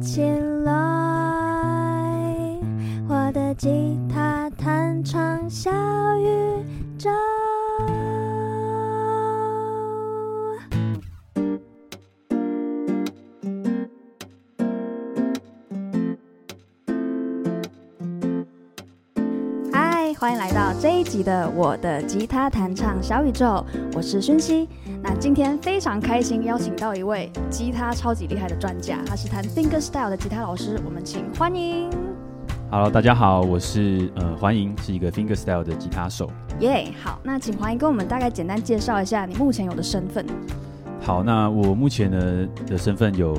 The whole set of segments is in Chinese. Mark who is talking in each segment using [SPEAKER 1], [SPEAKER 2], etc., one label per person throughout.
[SPEAKER 1] 醒来，我的吉他弹唱小宇宙。嗨，欢迎来到这一集的我的吉他弹唱小宇宙，我是勋熙。那今天非常开心，邀请到一位吉他超级厉害的专家，他是弹 finger style 的吉他老师，我们请欢迎。
[SPEAKER 2] Hello，大家好，我是呃欢迎，是一个 finger style 的吉他手。
[SPEAKER 1] 耶、好，那请欢迎跟我们大概简单介绍一下你目前有的身份。
[SPEAKER 2] 好，那我目前呢的身份有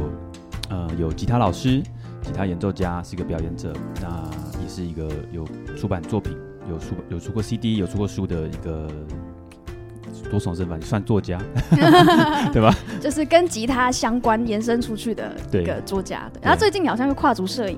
[SPEAKER 2] 呃有吉他老师、吉他演奏家，是一个表演者，那也是一个有出版作品、有出有出过 CD、有出过书的一个多重身份，算作家。
[SPEAKER 1] 就是跟吉他相关延伸出去的一个
[SPEAKER 2] 对
[SPEAKER 1] 作家的。
[SPEAKER 2] 对
[SPEAKER 1] 然后最近好像又跨足摄影，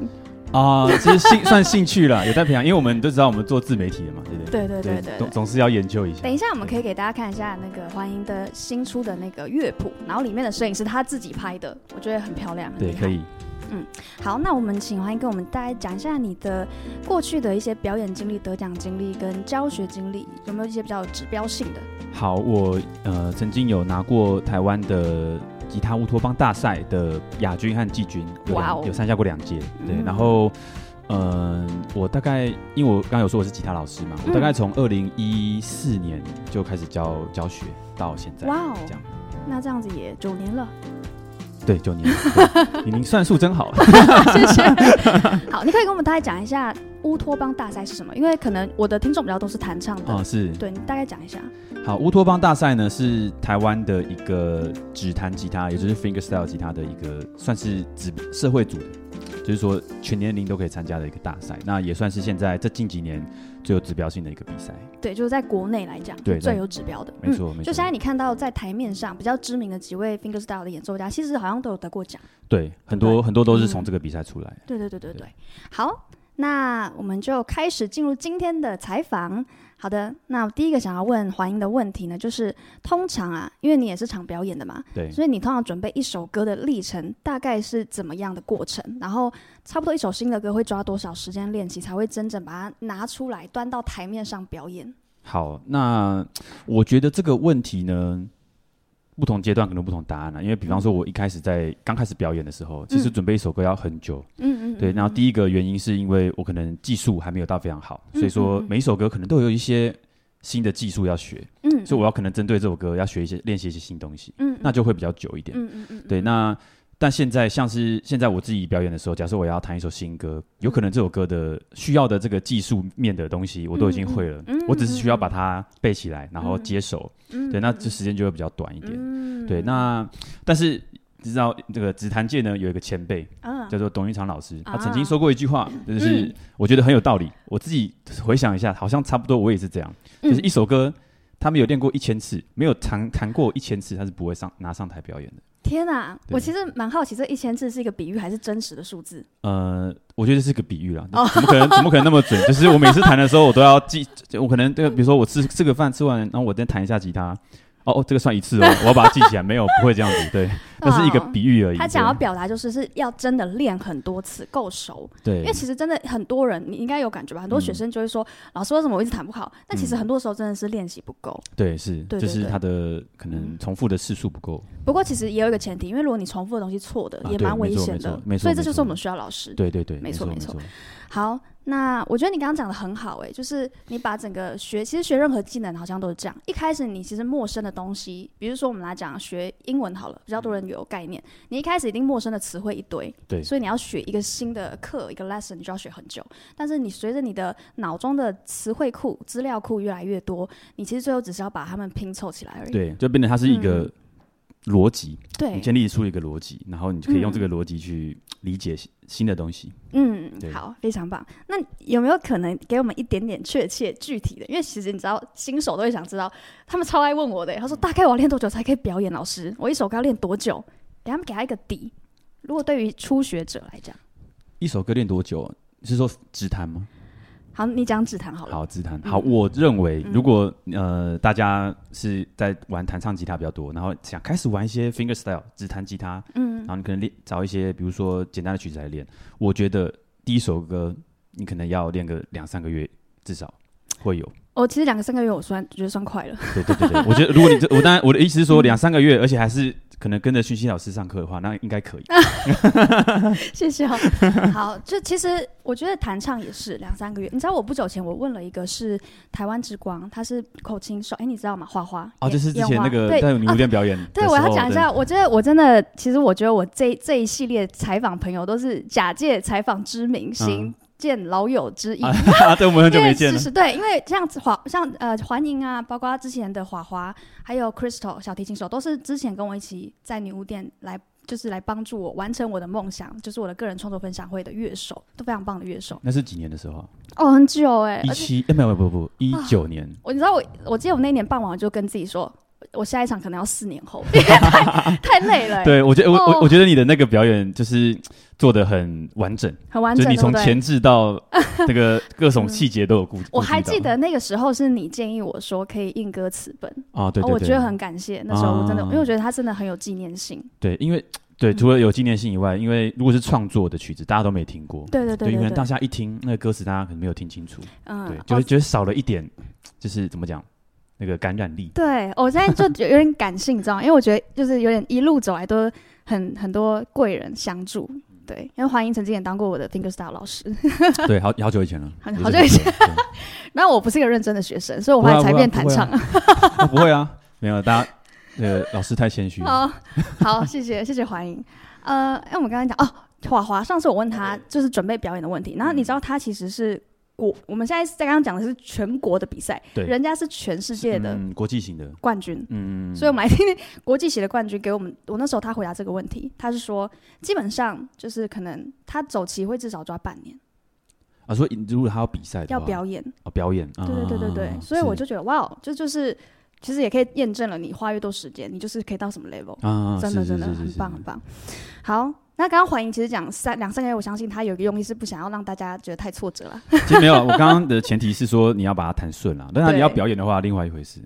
[SPEAKER 2] 啊、其实兴算兴趣了，有在培养，因为我们都知道我们做自媒体的嘛，对不对？
[SPEAKER 1] 对对对对
[SPEAKER 2] 总
[SPEAKER 1] 对。
[SPEAKER 2] 总是要研究一下
[SPEAKER 1] 等。一下，我们可以给大家看一下那个欢迎的新出的那个乐谱，然后里面的摄影是他自己拍的，我觉得很漂亮。很
[SPEAKER 2] 对，
[SPEAKER 1] 厉害
[SPEAKER 2] 可。以。
[SPEAKER 1] 好，那我们请欢迎跟我们大家讲一下你的过去的一些表演经历、得奖经历跟教学经历，有没有一些比较有指标性的？
[SPEAKER 2] 好，我呃曾经有拿过台湾的吉他乌托邦大赛的亚军和季军，有
[SPEAKER 1] 哇
[SPEAKER 2] 两
[SPEAKER 1] 哦
[SPEAKER 2] 有参加过两届。对，
[SPEAKER 1] 嗯
[SPEAKER 2] 然后嗯、呃我大概因为我刚刚有说我是吉他老师嘛，
[SPEAKER 1] 嗯
[SPEAKER 2] 我大概从二零一四年就开始教教学到现在。
[SPEAKER 1] 哇哦
[SPEAKER 2] 这样
[SPEAKER 1] 那这样子也九年了，
[SPEAKER 2] 对，九年，对 您您算术真好。啊
[SPEAKER 1] 谢谢。好，你可以跟我们大概讲一下乌托邦大赛是什么？因为可能我的听众比较都是弹唱的，
[SPEAKER 2] 啊、是
[SPEAKER 1] 对你大概讲一下。嗯
[SPEAKER 2] 好，乌托邦大赛呢是台湾的一个指弹吉他，也就是 fingerstyle 吉他的一个算是指社会组的，就是说全年龄都可以参加的一个大赛。那也算是现在这近几年最有指标性的一个比赛。
[SPEAKER 1] 对，就是在国内来讲，
[SPEAKER 2] 对
[SPEAKER 1] 是最
[SPEAKER 2] 在
[SPEAKER 1] 有指标的，嗯
[SPEAKER 2] 没错，没错。
[SPEAKER 1] 就现在你看到在台面上比较知名的几位 fingerstyle 的演奏家，其实好像都有得过奖。
[SPEAKER 2] 对很多很多都是从
[SPEAKER 1] 嗯
[SPEAKER 2] 这个比赛出来的。
[SPEAKER 1] 对对对对对。
[SPEAKER 2] 对
[SPEAKER 1] 好，那我们就开始进入今天的采访。好的，那我第一个想要问华英的问题呢，就是通常啊，因为你也是常表演的嘛，
[SPEAKER 2] 对，
[SPEAKER 1] 所以你通常准备一首歌的历程大概是怎么样的过程？然后差不多一首新的歌会抓多少时间练习，才会真正把它拿出来端到台面上表演？
[SPEAKER 2] 好，那我觉得这个问题呢，不同阶段可能不同答案了、啊因为比方说，我一开始在刚开始表演的时候，其实
[SPEAKER 1] 嗯
[SPEAKER 2] 准备一首歌要很久。
[SPEAKER 1] 嗯嗯嗯，
[SPEAKER 2] 对，然后第一个原因是因为我可能技术还没有到非常好，所以说
[SPEAKER 1] 嗯嗯嗯
[SPEAKER 2] 每一首歌可能都有一些新的技术要学，
[SPEAKER 1] 嗯，
[SPEAKER 2] 所以我要可能针对这首歌要学一些练习一些新东西，
[SPEAKER 1] 嗯，嗯
[SPEAKER 2] 那就会比较久一点。
[SPEAKER 1] 嗯嗯嗯，嗯
[SPEAKER 2] 对，那但现在像是现在我自己表演的时候，假设我要弹一首新歌，有可能这首歌的需要的这个技术面的东西我都已经会了，
[SPEAKER 1] 嗯嗯嗯
[SPEAKER 2] 我只是需要把它背起来，然后接手。
[SPEAKER 1] 嗯
[SPEAKER 2] 对，那这时间就会比较短一点。
[SPEAKER 1] 嗯
[SPEAKER 2] 对，那但是你知道这个指弹界呢有一个前辈，
[SPEAKER 1] 嗯
[SPEAKER 2] 叫做董玉长老师，
[SPEAKER 1] 啊
[SPEAKER 2] 他曾经说过一句话，就是
[SPEAKER 1] 嗯
[SPEAKER 2] 我觉得很有道理。我自己回想一下，好像差不多我也是这样，
[SPEAKER 1] 嗯
[SPEAKER 2] 就是一首歌，他们有练过一千次，没有弹弹过一千次，他是不会上拿上台表演的。
[SPEAKER 1] 天哪！
[SPEAKER 2] 对
[SPEAKER 1] 我其实蛮好奇，这一千字是一个比喻还是真实的数字？
[SPEAKER 2] 呃，我觉得这是个比喻啦，
[SPEAKER 1] 哦
[SPEAKER 2] 怎么可能怎么可能那么准？就是我每次弹的时候，我都要记，我可能这个，比如说我吃吃个饭，吃完然后我再弹一下吉他。哦哦，这个算一 次哦，我要把它记起来。没有，不会这样子，对，那是一个
[SPEAKER 1] 哦
[SPEAKER 2] 比喻而已。
[SPEAKER 1] 他想要
[SPEAKER 2] 对
[SPEAKER 1] 表达就是是要真的练很多次，够熟。因为
[SPEAKER 2] 对
[SPEAKER 1] 其实真的很多人，你应该有感觉吧？很多学生就会说，老师为什么我一直弹不好？但其实
[SPEAKER 2] 嗯
[SPEAKER 1] 很多时候真的是练习不够。
[SPEAKER 2] 对是，
[SPEAKER 1] 对对
[SPEAKER 2] 就是
[SPEAKER 1] 对
[SPEAKER 2] 他的可
[SPEAKER 1] 嗯
[SPEAKER 2] 能重复的次数不够。
[SPEAKER 1] 不过其实也有一个前提，因为如果你重复的东西错的，
[SPEAKER 2] 啊
[SPEAKER 1] 也
[SPEAKER 2] 对
[SPEAKER 1] 蛮危
[SPEAKER 2] 没错
[SPEAKER 1] 险
[SPEAKER 2] 没错
[SPEAKER 1] 的。
[SPEAKER 2] 没错
[SPEAKER 1] 所以这
[SPEAKER 2] 没
[SPEAKER 1] 就是
[SPEAKER 2] 错
[SPEAKER 1] 我们需要老师。
[SPEAKER 2] 对对对，
[SPEAKER 1] 没错没
[SPEAKER 2] 没
[SPEAKER 1] 错
[SPEAKER 2] 错。
[SPEAKER 1] 好，那我觉得你刚刚讲的很好、欸，就是你把整个学，其实学任何技能好像都是这样，一开始你其实陌生的东西，比如说我们来讲学英文好了，比较多人有概念，你一开始一定陌生的词汇一堆，
[SPEAKER 2] 对
[SPEAKER 1] 所以你要学一个新的课一个 lesson，你就要学很久，但是你随着你的脑中的词汇库、资料库越来越多，你其实最后只是要把它们拼凑起来而已，
[SPEAKER 2] 对，就变成它是一
[SPEAKER 1] 嗯
[SPEAKER 2] 个逻辑，你
[SPEAKER 1] 对，
[SPEAKER 2] 建立出一个逻辑，然后你就可以用这个逻辑去理解新新的东西。
[SPEAKER 1] 嗯，
[SPEAKER 2] 对
[SPEAKER 1] 好，非常棒。那有没有可能给我们一点点确切具体的？因为其实你知道，新手都会想知道，他们超爱问我的。他说大概我要练多久才可以表演？老师，我一首歌要练多久？给他们给他一个底。如果对于初学者来讲，
[SPEAKER 2] 一首歌练多久？是说直弹吗？
[SPEAKER 1] 好，你讲指弹好了。
[SPEAKER 2] 好，自弹
[SPEAKER 1] 嗯
[SPEAKER 2] 好，我认为如果呃大家是在玩弹唱吉他比较多，然后想开始玩一些 finger style 直弹吉他，
[SPEAKER 1] 嗯
[SPEAKER 2] 然后你可能练找一些比如说简单的曲子来练，我觉得第一首歌你可能要练个两三个月至少会有。
[SPEAKER 1] 我、哦其实两个三个月，我算觉得算快 了。
[SPEAKER 2] 对对对对，我觉得如果你这我当然我的意思
[SPEAKER 1] 嗯
[SPEAKER 2] 是说两三个月，而且还是可能跟着讯息老师上课的话，那应该可以。
[SPEAKER 1] 谢谢哦。好，就其实我觉得弹唱也是两三个月。你知道我不久前我问了一个是台湾之光，他是口琴手，哎，你知道吗？花花
[SPEAKER 2] 哦，就是之前那个
[SPEAKER 1] 对啊
[SPEAKER 2] 在女巫店表演的时候，
[SPEAKER 1] 对，我要讲一下，我觉得我真的，其实我觉得我这这一系列采访朋友都是假借采访之名，行见老友之谊。
[SPEAKER 2] 嗯啊，对，我 们很久
[SPEAKER 1] 因为
[SPEAKER 2] 没见
[SPEAKER 1] 其
[SPEAKER 2] 了。
[SPEAKER 1] 实对，因为像华像呃环莹啊，包括之前的华华，还有 Crystal 小提琴手，都是之前跟我一起在女巫店来，就是来帮助我完成我的梦想，就是我的个人创作分享会的乐手，都非常棒的乐手。
[SPEAKER 2] 那是几年的时候啊？
[SPEAKER 1] 哦，很久哎、
[SPEAKER 2] 一
[SPEAKER 1] 而且
[SPEAKER 2] 七？哎，没有，不
[SPEAKER 1] 啊
[SPEAKER 2] 不不，一九年。
[SPEAKER 1] 我你知道我，我记得我那年傍晚我就跟自己说，我下一场可能要四年 后， 因为太太累了、欸，
[SPEAKER 2] 对，我觉得我
[SPEAKER 1] 哦
[SPEAKER 2] 我我觉得你的那个表演就是做的很完整，
[SPEAKER 1] 很完
[SPEAKER 2] 就
[SPEAKER 1] 整，
[SPEAKER 2] 是你从
[SPEAKER 1] 对不对嗯
[SPEAKER 2] 前 置到那个各种细节都有顾。
[SPEAKER 1] 我
[SPEAKER 2] 顾及
[SPEAKER 1] 还
[SPEAKER 2] 到
[SPEAKER 1] 记得那个时候是你建议我说可以印歌词本，
[SPEAKER 2] 啊，
[SPEAKER 1] 哦
[SPEAKER 2] 对对对，
[SPEAKER 1] 我觉得很感谢那时候我真的，
[SPEAKER 2] 啊
[SPEAKER 1] 因为我觉得它真的很有纪念性。
[SPEAKER 2] 对，因为对
[SPEAKER 1] 嗯
[SPEAKER 2] 除了有纪念性以外，因为如果是创作的曲子，大家都没听过，
[SPEAKER 1] 对对对
[SPEAKER 2] 对，因为
[SPEAKER 1] 对
[SPEAKER 2] 大
[SPEAKER 1] 对，
[SPEAKER 2] 家一听那个歌词，大家可能没有听清楚，
[SPEAKER 1] 嗯
[SPEAKER 2] 对，，就
[SPEAKER 1] 哦
[SPEAKER 2] 会觉得少了一点，就是怎么讲，那个感染力。
[SPEAKER 1] 对哦我现在就有有点感性，你知道吗？因为我觉得就是有点一路走来都很很多贵人相助。对，因为黄英曾经也当过我的 finger style 老师，
[SPEAKER 2] 对，好好久以前了，
[SPEAKER 1] 好
[SPEAKER 2] 也是
[SPEAKER 1] 好久以前
[SPEAKER 2] 很久了。对
[SPEAKER 1] 那我不是一个认真的学生，所以我
[SPEAKER 2] 不
[SPEAKER 1] 后
[SPEAKER 2] 会
[SPEAKER 1] 来
[SPEAKER 2] 啊
[SPEAKER 1] 才
[SPEAKER 2] 不会啊
[SPEAKER 1] 变弹
[SPEAKER 2] 不会啊
[SPEAKER 1] 唱。
[SPEAKER 2] 啊不会啊，没有，大家呃老师太谦虚了。
[SPEAKER 1] 好哦好，谢谢谢谢华莹。呃，哎，我们刚才讲哦，华华，上次我问他就是准备表演的问题，然后
[SPEAKER 2] 嗯
[SPEAKER 1] 你知道他其实是国，我们现在在刚刚讲的是全国的比赛，
[SPEAKER 2] 对
[SPEAKER 1] 人家是全世界的
[SPEAKER 2] 嗯，国际型的，
[SPEAKER 1] 冠军。
[SPEAKER 2] 嗯，
[SPEAKER 1] 所以，我们来听听国际级的冠军给我们。我那时候他回答这个问题，他是说，基本上就是可能他走棋会至少抓半年，
[SPEAKER 2] 啊，所以如果他要比赛的啊
[SPEAKER 1] 要
[SPEAKER 2] 话
[SPEAKER 1] 表演。
[SPEAKER 2] 哦，表演，对
[SPEAKER 1] 对对对对对，所以我就觉得哇哦，这就是其实也可以验证了，你花越多时间，你就是可以到什么 level。
[SPEAKER 2] 啊，
[SPEAKER 1] 真
[SPEAKER 2] 是
[SPEAKER 1] 的
[SPEAKER 2] 是
[SPEAKER 1] 真的
[SPEAKER 2] 是是
[SPEAKER 1] 很
[SPEAKER 2] 是
[SPEAKER 1] 棒很棒。好，那刚刚怀莹其实讲三两三个月，我相信他有一个用意是不想要让大家觉得太挫折了。
[SPEAKER 2] 其实没有，我刚刚的前提是说你要把它弹顺啦，当然
[SPEAKER 1] 对
[SPEAKER 2] 你要表演的话，另外一回事。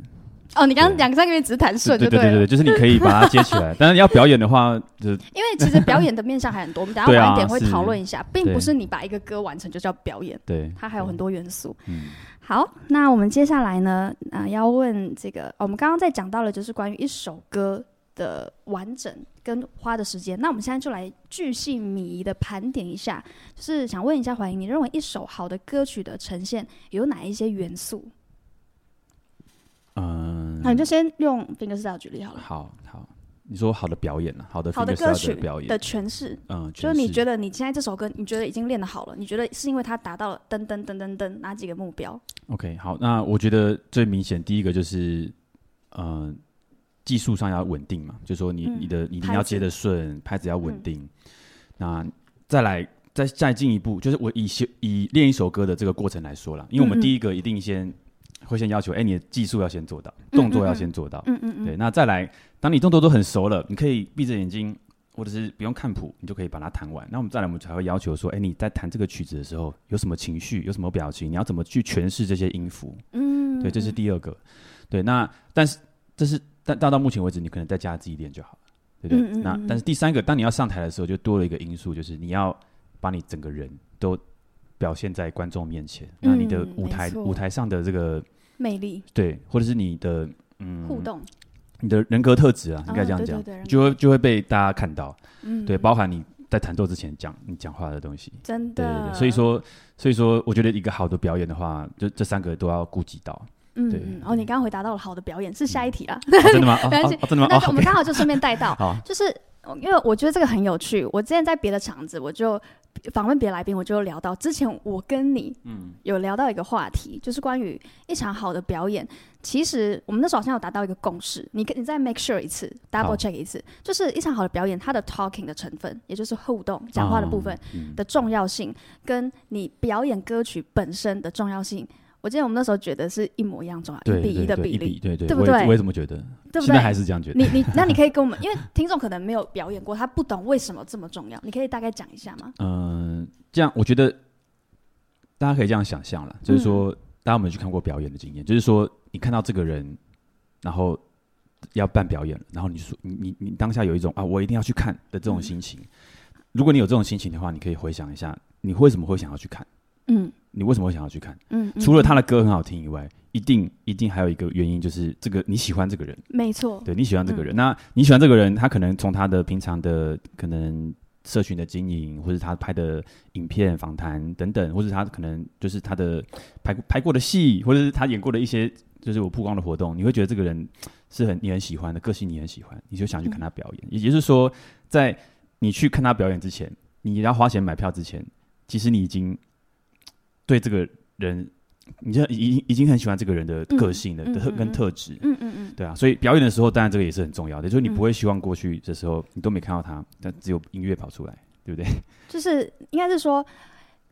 [SPEAKER 1] 哦，你刚刚
[SPEAKER 2] 对
[SPEAKER 1] 两三个月只是弹顺就
[SPEAKER 2] 对对
[SPEAKER 1] 了，
[SPEAKER 2] 对，就是你可以把它接起 来，但是你要表演的话，就是
[SPEAKER 1] 因为其实表演的面向还很多，我们等一下
[SPEAKER 2] 对啊
[SPEAKER 1] 晚一点会
[SPEAKER 2] 是
[SPEAKER 1] 讨论一下，并
[SPEAKER 2] 对
[SPEAKER 1] 不是你把一个歌完成就叫表演，
[SPEAKER 2] 对，
[SPEAKER 1] 它还有很多元素。
[SPEAKER 2] 嗯，
[SPEAKER 1] 好，那我们接下来呢，啊、要问这个，哦我们刚刚在讲到了就是关于一首歌的完整跟花的时间，那我们现在就来巨细靡遗的盘点一下，就是想问一下怀莹，你认为一首好的歌曲的呈现有哪一些元素？
[SPEAKER 2] 嗯，
[SPEAKER 1] 那你就先用 fingerstyle 举例好了，
[SPEAKER 2] 好好，你说好的表演啊，好的
[SPEAKER 1] 好的
[SPEAKER 2] fingerstyle
[SPEAKER 1] 歌曲
[SPEAKER 2] 表演
[SPEAKER 1] 的，诠释。
[SPEAKER 2] 嗯，
[SPEAKER 1] 就是你觉
[SPEAKER 2] 得
[SPEAKER 1] 得你现在这首歌，你觉得已经练得好了，你觉得是因为它达到了噔噔噔噔噔哪几个目标？
[SPEAKER 2] OK 好，那我觉得最明显第一个就是，嗯。技术上要稳定嘛，就说你
[SPEAKER 1] 嗯
[SPEAKER 2] 你的你一定
[SPEAKER 1] 拍
[SPEAKER 2] 要
[SPEAKER 1] 子
[SPEAKER 2] 接得顺，拍子要稳
[SPEAKER 1] 嗯
[SPEAKER 2] 定。那再来再再进一步，就是我以学以练一首歌的这个过程来说啦，因为我们
[SPEAKER 1] 嗯嗯
[SPEAKER 2] 第一个一定先会先要求，哎、你的技术要先做到，
[SPEAKER 1] 嗯
[SPEAKER 2] 动作要
[SPEAKER 1] 嗯
[SPEAKER 2] 先做到，
[SPEAKER 1] 嗯嗯嗯，
[SPEAKER 2] 对，那再来，当你动作都很熟了，你可以闭着眼睛，或者是不用看谱，你就可以把它弹完。那我们再来，我们才会要求说，哎，你在弹这个曲子的时候有什么情绪，有什么表情，你要怎么去诠释这些音符？
[SPEAKER 1] 嗯，
[SPEAKER 2] 对，这是
[SPEAKER 1] 嗯
[SPEAKER 2] 第二个。对，那但是这是但到到目前为止，你可能在家自己练就好了，对不对？
[SPEAKER 1] 嗯嗯
[SPEAKER 2] 那
[SPEAKER 1] 嗯
[SPEAKER 2] 但是第三个，当你要上台的时候，就多了一个因素，就是你要把你整个人都表现在观众面前。那你的
[SPEAKER 1] 嗯
[SPEAKER 2] 舞
[SPEAKER 1] 没
[SPEAKER 2] 台
[SPEAKER 1] 错
[SPEAKER 2] 舞台上的这个
[SPEAKER 1] 魅力
[SPEAKER 2] 对，或者是你的嗯
[SPEAKER 1] 互动，
[SPEAKER 2] 你的人格特质啊，应该
[SPEAKER 1] 啊
[SPEAKER 2] 这样
[SPEAKER 1] 对
[SPEAKER 2] 讲，
[SPEAKER 1] 对对人格
[SPEAKER 2] 就会就会被大家看到。
[SPEAKER 1] 嗯，
[SPEAKER 2] 对，包含你在弹奏之前讲你讲话的东西。
[SPEAKER 1] 真
[SPEAKER 2] 对
[SPEAKER 1] 的，
[SPEAKER 2] 对对，所以说所以说，我觉得一个好的表演的话，就这三个都要顾及 到。啊
[SPEAKER 1] 嗯，
[SPEAKER 2] 对
[SPEAKER 1] 嗯哦，你刚刚回答到了好的表演，是下一题啊，
[SPEAKER 2] 真的吗？哦
[SPEAKER 1] 没关
[SPEAKER 2] 哦
[SPEAKER 1] 系
[SPEAKER 2] 哦真的 吗？
[SPEAKER 1] 那
[SPEAKER 2] 哦，
[SPEAKER 1] 就我们刚好就顺便带到
[SPEAKER 2] 好，啊
[SPEAKER 1] 就是呃因为我觉得这个很有趣，我之前在别的场子我就。访问别的来宾，我就聊到之前我跟你
[SPEAKER 2] 嗯，
[SPEAKER 1] 有聊到一个话题，就是关于一场好的表演。其实我们那时候好像有达到一个共识，你跟你再 make sure 一次
[SPEAKER 2] 好
[SPEAKER 1] ，double check 一次，就是一场好的表演，它的 talking 的成分，也就是互动讲话的部分，
[SPEAKER 2] 嗯，
[SPEAKER 1] 的重要性，跟你表演歌曲本身的重要性，我记得我们那时候觉得是一模一样重要，一
[SPEAKER 2] 对
[SPEAKER 1] 比
[SPEAKER 2] 对
[SPEAKER 1] 一的
[SPEAKER 2] 对
[SPEAKER 1] 比
[SPEAKER 2] 比
[SPEAKER 1] 例，
[SPEAKER 2] 对对，
[SPEAKER 1] 对不
[SPEAKER 2] 我也
[SPEAKER 1] 对
[SPEAKER 2] 我也这么觉得，
[SPEAKER 1] 对不
[SPEAKER 2] 现在还
[SPEAKER 1] 对？
[SPEAKER 2] 是这样觉得。
[SPEAKER 1] 你你那你可以跟我们，因为听众可能没有表演过，他不懂为什么这么重要，你可以大概讲一下吗？
[SPEAKER 2] 嗯，这样我觉得大家可以这样想象啦，就是说，大家有没有去看过表演的经验？就是说，你看到这个人，然后要办表演了，然后你说你你你当下有一种啊，我一定要去看的这种心情。如果你有这种心情的话，你可以回想一下，你为什么会想要去看？
[SPEAKER 1] 嗯
[SPEAKER 2] 你为什么会想要去看？
[SPEAKER 1] 嗯，嗯
[SPEAKER 2] 除了他的歌很好听以外，一定一定还有一个原因，就是这个你喜欢这个人，
[SPEAKER 1] 没错，
[SPEAKER 2] 对你喜欢这个人。那你喜欢这个人，他可能从他的平常的可能社群的经营，或者他拍的影片、访谈等等，或者他可能就是他的拍拍过的戏，或者是他演过的一些就是我曝光的活动，你会觉得这个人是很你很喜欢的，个性你很喜欢，你就想去看他表演。也就是说，在你去看他表演之前，你要花钱买票之前，其实你已经对这个人。你就已经已经很喜欢这个人的个性的、
[SPEAKER 1] 嗯嗯
[SPEAKER 2] 特
[SPEAKER 1] 嗯
[SPEAKER 2] 跟
[SPEAKER 1] 嗯
[SPEAKER 2] 特质，
[SPEAKER 1] 嗯嗯嗯，
[SPEAKER 2] 对啊，所以表演的时候，当然这个也是很重要的，就是你
[SPEAKER 1] 嗯
[SPEAKER 2] 不会希望过去的时候你都没看到他，但只有音乐跑出来，对不对？
[SPEAKER 1] 就是应该是说，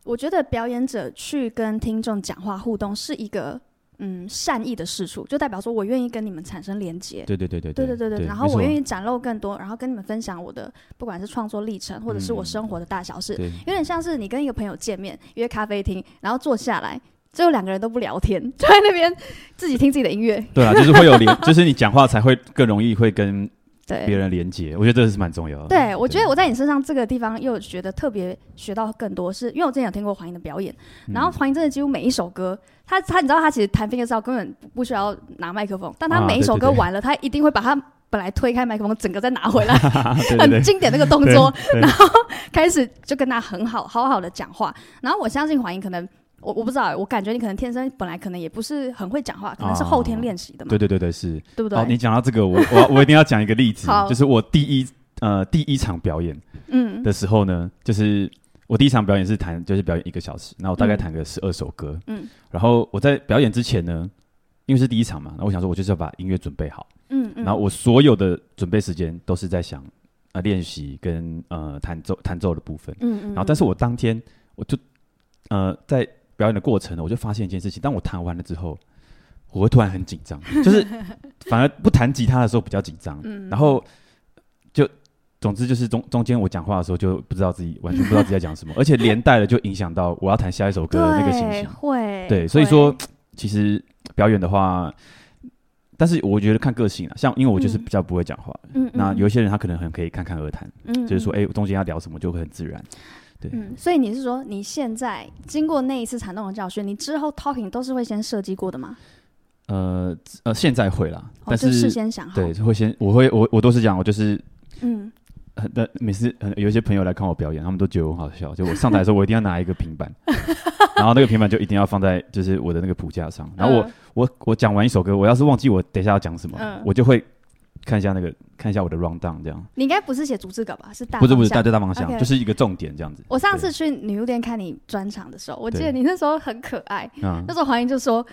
[SPEAKER 1] 我觉得表演者去跟听众讲话互动是一个嗯善意的事处，就代表说我愿意跟你们产生连接。
[SPEAKER 2] 对对对对
[SPEAKER 1] 对对对对，然后
[SPEAKER 2] 没错
[SPEAKER 1] 我愿意展露更多，然后跟你们分享我的不管是创作历程，或者是我
[SPEAKER 2] 嗯
[SPEAKER 1] 生活的大小事，
[SPEAKER 2] 对
[SPEAKER 1] 有点像是你跟一个朋友见面，约咖啡厅，然后坐下来，最后两个人都不聊天， 就在那边自己听自己的音乐。
[SPEAKER 2] 对啊，就是会有连，就是你讲话才会更容易会跟别
[SPEAKER 1] 对，
[SPEAKER 2] 人连接，我觉得这个是蛮重要的。
[SPEAKER 1] 对我觉得我在你身上这个地方又觉得特别学到更多，是因为我之前有听过黄英的表演，
[SPEAKER 2] 嗯
[SPEAKER 1] 然后黄英真的几乎每一首歌，他他你知道他其实弹 fingerstyle 根本不需要拿麦克风，但他
[SPEAKER 2] 啊
[SPEAKER 1] 每一首
[SPEAKER 2] 对对
[SPEAKER 1] 歌
[SPEAKER 2] 对
[SPEAKER 1] 完了，他一定会把他。本来推开麦克风，整个再拿回来，
[SPEAKER 2] 啊对对
[SPEAKER 1] 很
[SPEAKER 2] 对，
[SPEAKER 1] 经典那个动作，
[SPEAKER 2] 对 对
[SPEAKER 1] 然后开始就跟他很好好好的讲话。然后我相信黄英可能，我我不知道，我感觉你可能天生本来可能也不是很会讲话，可能是后天练习的嘛，
[SPEAKER 2] 对对对对是。
[SPEAKER 1] 对不对？
[SPEAKER 2] 哦，你讲到这个，我我我一定要讲一个例子
[SPEAKER 1] 好，
[SPEAKER 2] 就是我第一呃第一场表演
[SPEAKER 1] 嗯
[SPEAKER 2] 的时候呢，就是我第一场表演是弹，就是表演一个小时，然后我大概
[SPEAKER 1] 嗯
[SPEAKER 2] 弹个十二首歌，
[SPEAKER 1] 嗯
[SPEAKER 2] 然后我在表演之前呢，因为是第一场嘛，然后我想说，我就是要把音乐准备好，
[SPEAKER 1] 嗯嗯，
[SPEAKER 2] 然后我所有的准备时间都是在想呃练习跟呃弹奏弹奏的部分，
[SPEAKER 1] 嗯嗯，
[SPEAKER 2] 然后但是我当天我就呃在表演的过程呢，我就发现一件事情，当我弹完了之后，我会突然很紧 张，就是反而不弹吉他的时候比较紧张，
[SPEAKER 1] 嗯
[SPEAKER 2] 然后就总之就是中中间我讲话的时候就不知道自己完全不知道自己在 讲什么，而且连带了就影响到我要弹下一首歌
[SPEAKER 1] 对
[SPEAKER 2] 的那个心情。
[SPEAKER 1] 会
[SPEAKER 2] 对，所以说其实表演的话，但是我觉得看个性啊，像因为我就是
[SPEAKER 1] 嗯
[SPEAKER 2] 比较不会讲话，
[SPEAKER 1] 会嗯
[SPEAKER 2] 那有一些人他可能很可以侃侃而谈，
[SPEAKER 1] 嗯
[SPEAKER 2] 就是说
[SPEAKER 1] 嗯
[SPEAKER 2] 哎、中间要聊什么就会很自然。对，
[SPEAKER 1] 嗯，所以你是说你现在经过那一次惨痛的教训，你之后 talking 都是会先设计过的吗？
[SPEAKER 2] 呃呃，现在会啦，
[SPEAKER 1] 哦
[SPEAKER 2] 但
[SPEAKER 1] 就是事先想好，
[SPEAKER 2] 对会先我会我我都是讲我就是。
[SPEAKER 1] 嗯，
[SPEAKER 2] 很但每次很有一些朋友来看我表演，他们都觉得我很好笑。就我上台的时候，我一定要拿一个平 板，然后那个平板就一定要放在就是我的那个谱架上。然后我
[SPEAKER 1] 嗯
[SPEAKER 2] 我我讲完一首歌，我要是忘记我等一下要讲什么，
[SPEAKER 1] 嗯
[SPEAKER 2] 我就会看一下那个看一下我的 round down 这样，
[SPEAKER 1] 你应该不是写逐字稿吧？是大
[SPEAKER 2] 不是
[SPEAKER 1] 方
[SPEAKER 2] 不是
[SPEAKER 1] 向
[SPEAKER 2] 大对大方向，
[SPEAKER 1] OK
[SPEAKER 2] 就是一个重点这样子。
[SPEAKER 1] 我上次去女巫店看你专场的时候，我记得
[SPEAKER 2] 对
[SPEAKER 1] 你那时候很可爱。
[SPEAKER 2] 啊
[SPEAKER 1] 那时候黄英就说，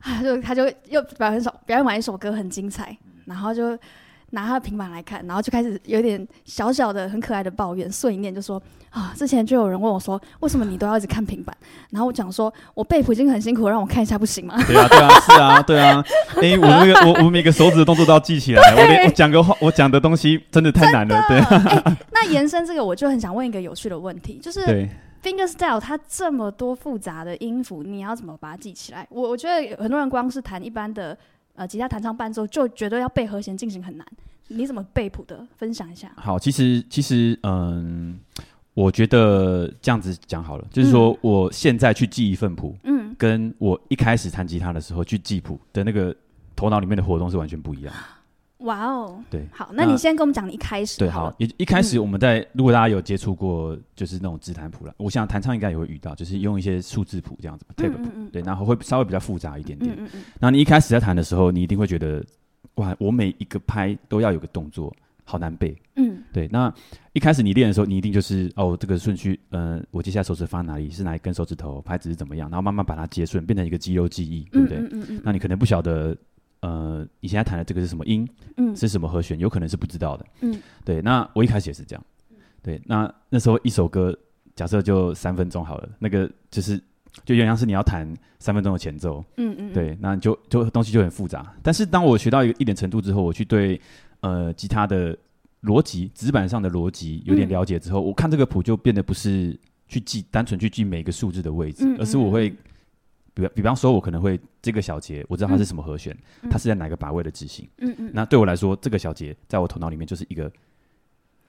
[SPEAKER 1] 啊，就他就又表演首表演完一首歌很精彩，然后就拿他的平板来看，然后就开始有点小小的很可爱的抱怨，碎念就说啊，之前就有人问我说，为什么你都要一直看平板？然后我讲说，我背谱已经很辛苦了，让我看一下不行吗？
[SPEAKER 2] 对啊对啊是啊对啊，哎、我那个我我每个手指的动作都要记起来，我连我讲个话我讲的东西真的太难了，对
[SPEAKER 1] 那延伸这个，我就很想问一个有趣的问题，就是
[SPEAKER 2] 对
[SPEAKER 1] fingerstyle 它这么多复杂的音符，你要怎么把它记起来？我我觉得很多人光是弹一般的呃吉他弹唱伴奏，就觉得要背和弦进行很难。你怎么背谱的？分享一下。
[SPEAKER 2] 好，其实其实嗯，我觉得这样子讲好了，就是说我现在去记一份谱，
[SPEAKER 1] 嗯，
[SPEAKER 2] 跟我一开始弹吉他的时候去记谱的那个头脑里面的活动是完全不一样的。
[SPEAKER 1] 哇哦，
[SPEAKER 2] 对，
[SPEAKER 1] 好，那
[SPEAKER 2] 那
[SPEAKER 1] 你先跟我们讲你一开始
[SPEAKER 2] 对，
[SPEAKER 1] 好嗯
[SPEAKER 2] 好
[SPEAKER 1] 了，，
[SPEAKER 2] 一一开始我们在、如果大家有接触过就是那种指弹谱了，我想弹唱应该也会遇到，就是用一些数字谱这样子嘛，tab
[SPEAKER 1] 嗯
[SPEAKER 2] 谱，
[SPEAKER 1] 嗯嗯
[SPEAKER 2] 对，然后会稍微比较复杂一点点。
[SPEAKER 1] 嗯嗯
[SPEAKER 2] 那、你一开始在弹的时候，你一定会觉得，哇，我每一个拍都要有个动作，好难背。
[SPEAKER 1] 嗯
[SPEAKER 2] 对，那一开始你练的时候，你一定就是哦，这个顺序，呃，我接下来手指放在哪里，是哪一根手指头，拍子是怎么样，然后慢慢把它接顺，变成一个肌肉记忆，对
[SPEAKER 1] 嗯
[SPEAKER 2] 不对？
[SPEAKER 1] 嗯嗯嗯
[SPEAKER 2] 那你可能不晓得，呃，你现在弹的这个是什么音，
[SPEAKER 1] 嗯
[SPEAKER 2] 是什么和弦，有可能是不知道的。
[SPEAKER 1] 嗯，
[SPEAKER 2] 对。那我一开始也是这样，对。那那时候一首歌，假设就三分钟好了，那个就是就有点像是你要弹三分钟的前奏，
[SPEAKER 1] 嗯嗯，
[SPEAKER 2] 对，那你就就东西就很复杂。但是当我学到一个一点程度之后，我去对呃吉他的逻辑、指板上的逻辑有点
[SPEAKER 1] 嗯
[SPEAKER 2] 了解之后，我看这个谱就变得不是去记，单纯去记每一个数字的位置，
[SPEAKER 1] 嗯
[SPEAKER 2] 而是我会
[SPEAKER 1] 嗯，
[SPEAKER 2] 比比方说，我可能会这个小节，我知道它是什么和弦，
[SPEAKER 1] 嗯
[SPEAKER 2] 它是在哪个把位的执行。
[SPEAKER 1] 嗯嗯，
[SPEAKER 2] 那对我来说，这个小节在我头脑里面就是一个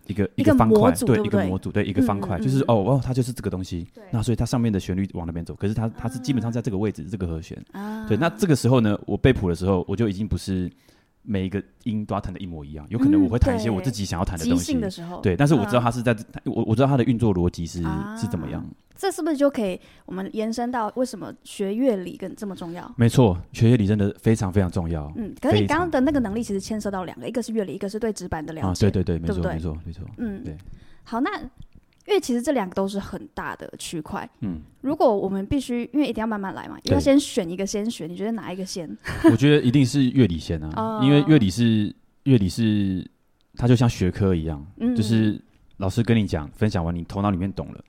[SPEAKER 2] 一个
[SPEAKER 1] 一个
[SPEAKER 2] 个方
[SPEAKER 1] 模
[SPEAKER 2] 块，
[SPEAKER 1] 组
[SPEAKER 2] 对
[SPEAKER 1] 对不
[SPEAKER 2] 一个
[SPEAKER 1] 对
[SPEAKER 2] 模组，对一个方块，
[SPEAKER 1] 嗯嗯
[SPEAKER 2] 就是
[SPEAKER 1] 嗯
[SPEAKER 2] 哦哦，它就是这个东西。
[SPEAKER 1] 对
[SPEAKER 2] 那所以它上面的旋律往那边走，可是它它是基本上在这个位置，这个和弦。
[SPEAKER 1] 啊
[SPEAKER 2] 对，那这个时候呢，我背谱的时候，我就已经不是每一个音都要弹的一模一样，有可能
[SPEAKER 1] 嗯
[SPEAKER 2] 我会弹一些
[SPEAKER 1] 对
[SPEAKER 2] 我自己想要弹的
[SPEAKER 1] 即
[SPEAKER 2] 东西
[SPEAKER 1] 兴。的时候，，
[SPEAKER 2] 对，但是我知道
[SPEAKER 1] 嗯啊
[SPEAKER 2] 它是在，它我我知道它的运作逻辑是是怎么样。
[SPEAKER 1] 这是不是就可以我们延伸到为什么学乐理跟这么重要？
[SPEAKER 2] 没错，学乐理真的非常非常重要。
[SPEAKER 1] 嗯，可是你
[SPEAKER 2] 非
[SPEAKER 1] 刚
[SPEAKER 2] 常
[SPEAKER 1] 刚的那个能力其实牵涉到两个，一个是乐理，一个是对指板的嗯了
[SPEAKER 2] 啊，
[SPEAKER 1] 解。
[SPEAKER 2] 对对对，
[SPEAKER 1] 对
[SPEAKER 2] 没
[SPEAKER 1] 不
[SPEAKER 2] 错
[SPEAKER 1] 对
[SPEAKER 2] 没错没错。
[SPEAKER 1] 嗯，
[SPEAKER 2] 对
[SPEAKER 1] 好，那因为其实这两个都是很大的区块，
[SPEAKER 2] 嗯，
[SPEAKER 1] 如果我们必须因为一定要慢慢来嘛，
[SPEAKER 2] 对
[SPEAKER 1] 要先选一个先学，你觉得哪一个先？
[SPEAKER 2] 我觉得一定是乐理先啊
[SPEAKER 1] 哦，
[SPEAKER 2] 因为乐理是乐理是，它就像学科一样，
[SPEAKER 1] 嗯
[SPEAKER 2] 就是老师跟你讲，分享完你头脑里面懂了，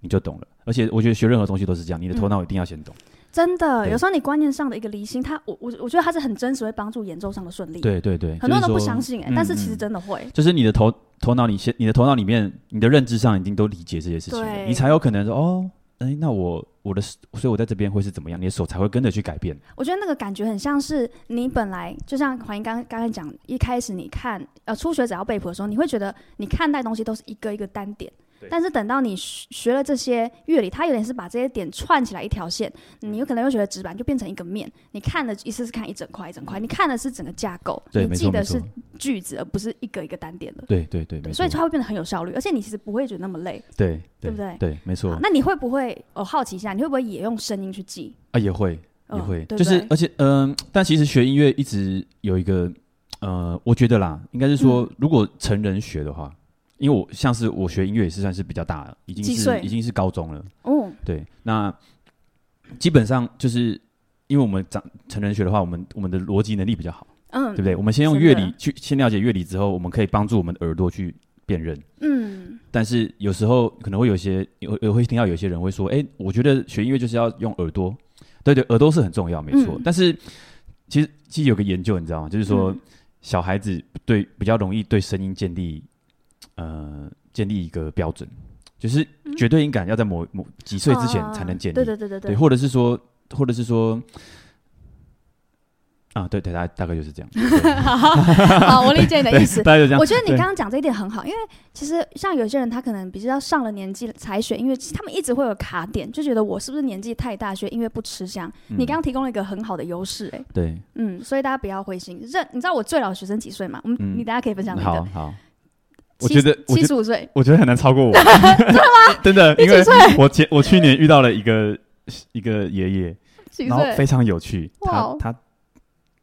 [SPEAKER 2] 你就懂了。而且我觉得学任何东西都是这样，你的
[SPEAKER 1] 嗯
[SPEAKER 2] 头脑一定要先懂。
[SPEAKER 1] 真的，
[SPEAKER 2] 对
[SPEAKER 1] 有时候你观念上的一个离心，它我我我觉得它是很真实，会帮助演奏上的顺利。，
[SPEAKER 2] 对对对，
[SPEAKER 1] 很多人
[SPEAKER 2] 就是
[SPEAKER 1] 都不
[SPEAKER 2] 说
[SPEAKER 1] 相信哎、
[SPEAKER 2] 嗯
[SPEAKER 1] 但是其实
[SPEAKER 2] 嗯
[SPEAKER 1] 真的会。
[SPEAKER 2] 就是你的头头脑里先，你的头脑里面，你的认知上已经都理解这些事情了，
[SPEAKER 1] 对
[SPEAKER 2] 你才有可能说哦，哎，那我我的，所以我在这边会是怎么样，你的手才会跟着去改变。
[SPEAKER 1] 我觉得那个感觉很像是你本来就像黄英刚刚才讲，一开始你看呃初学者要背谱的时候，你会觉得你看待东西都是一个一个单点
[SPEAKER 2] 对。
[SPEAKER 1] 但是等到你学学了这些乐理，它有点是把这些点串起来一条线，你有可能会觉得纸板就变成一个面，你看的一次是看一整块一整块，你看的是整个架构，
[SPEAKER 2] 对，
[SPEAKER 1] 你
[SPEAKER 2] 没
[SPEAKER 1] 记
[SPEAKER 2] 错，没
[SPEAKER 1] 得是
[SPEAKER 2] 错，
[SPEAKER 1] 句子，而不是一个一个单点的，
[SPEAKER 2] 对对对，没
[SPEAKER 1] 所
[SPEAKER 2] 错
[SPEAKER 1] 以，它会变得很有效率，而且你其实不会觉得那么累。
[SPEAKER 2] 对
[SPEAKER 1] 对不啊对
[SPEAKER 2] 对，没错
[SPEAKER 1] 好，那你会不会？我好奇一下，你会不会也用声音去记？
[SPEAKER 2] 啊，也会也
[SPEAKER 1] 嗯
[SPEAKER 2] 会，
[SPEAKER 1] 对不
[SPEAKER 2] 就是
[SPEAKER 1] 对
[SPEAKER 2] 而且嗯，但其实学音乐一直有一个呃，我觉得啦，应该是
[SPEAKER 1] 嗯
[SPEAKER 2] 说，如果成人学的话，因为我像是我学音乐也是算是比较大了，已经
[SPEAKER 1] 几
[SPEAKER 2] 是
[SPEAKER 1] 岁
[SPEAKER 2] 已经是高中了。
[SPEAKER 1] 哦，
[SPEAKER 2] 对，那基本上就是因为我们长成人学的话，我们我们的逻辑能力比较好，
[SPEAKER 1] 嗯，
[SPEAKER 2] 对不对？我们先用
[SPEAKER 1] 真
[SPEAKER 2] 乐
[SPEAKER 1] 的
[SPEAKER 2] 理去先了解乐理之后，我们可以帮助我们的耳朵去辨认。
[SPEAKER 1] 嗯，
[SPEAKER 2] 但是有时候可能会有些有有会听到有些人会说，哎，我觉得学音乐就是要用耳朵，对对，耳朵是很重要，没错。
[SPEAKER 1] 嗯
[SPEAKER 2] 但是其实其实有个研究，你知道吗？就是说、
[SPEAKER 1] 嗯
[SPEAKER 2] 小孩子对比较容易对声音建立呃建立一个标准，就是绝对音感要在某某几岁之前才能建
[SPEAKER 1] 嗯
[SPEAKER 2] 立。
[SPEAKER 1] 啊对对对对
[SPEAKER 2] 对，或者是说，或者是说，啊，对对，大大概就是这样，对
[SPEAKER 1] 好，我理解你的意思。
[SPEAKER 2] 大概就这样
[SPEAKER 1] 我。觉得你
[SPEAKER 2] 对
[SPEAKER 1] 刚刚讲这一点很好，因为其实像有些人，他可能比较上了年纪才学音乐，其实他们一直会有卡点，就觉得我是不是年纪太大学音乐不吃香？
[SPEAKER 2] 嗯
[SPEAKER 1] 你刚刚提供了一个很好的优势、哎，
[SPEAKER 2] 对，
[SPEAKER 1] 嗯，所以大家不要灰心。认，你知道我最老学生几岁吗？我们、
[SPEAKER 2] 嗯
[SPEAKER 1] 你大家可以分享那
[SPEAKER 2] 好
[SPEAKER 1] 个，
[SPEAKER 2] 好，我
[SPEAKER 1] 七
[SPEAKER 2] 觉得，
[SPEAKER 1] 七
[SPEAKER 2] 我觉得
[SPEAKER 1] 十五岁，
[SPEAKER 2] 我觉得很难超 过我， 真的，因为我前我去年遇到了一个一个爷爷，
[SPEAKER 1] 几
[SPEAKER 2] 然后
[SPEAKER 1] 岁？
[SPEAKER 2] 非常有趣，
[SPEAKER 1] 哇
[SPEAKER 2] 他
[SPEAKER 1] 哦
[SPEAKER 2] 他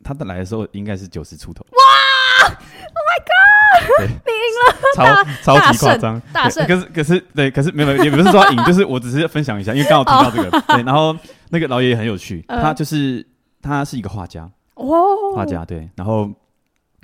[SPEAKER 2] 他的来的时候应该是九十出头，哇，Oh my god，你赢了，超超
[SPEAKER 1] 大
[SPEAKER 2] 级夸
[SPEAKER 1] 胜
[SPEAKER 2] 张，
[SPEAKER 1] 大
[SPEAKER 2] 对
[SPEAKER 1] 胜
[SPEAKER 2] 可是可是对，可是没有没有，也不是说要赢， 就是我只是分享一下，因为刚好听到这个，对，然后那个老爷爷很有趣，
[SPEAKER 1] 哦嗯
[SPEAKER 2] 他就是他是一个画家，
[SPEAKER 1] 哦，
[SPEAKER 2] 画家对，然后。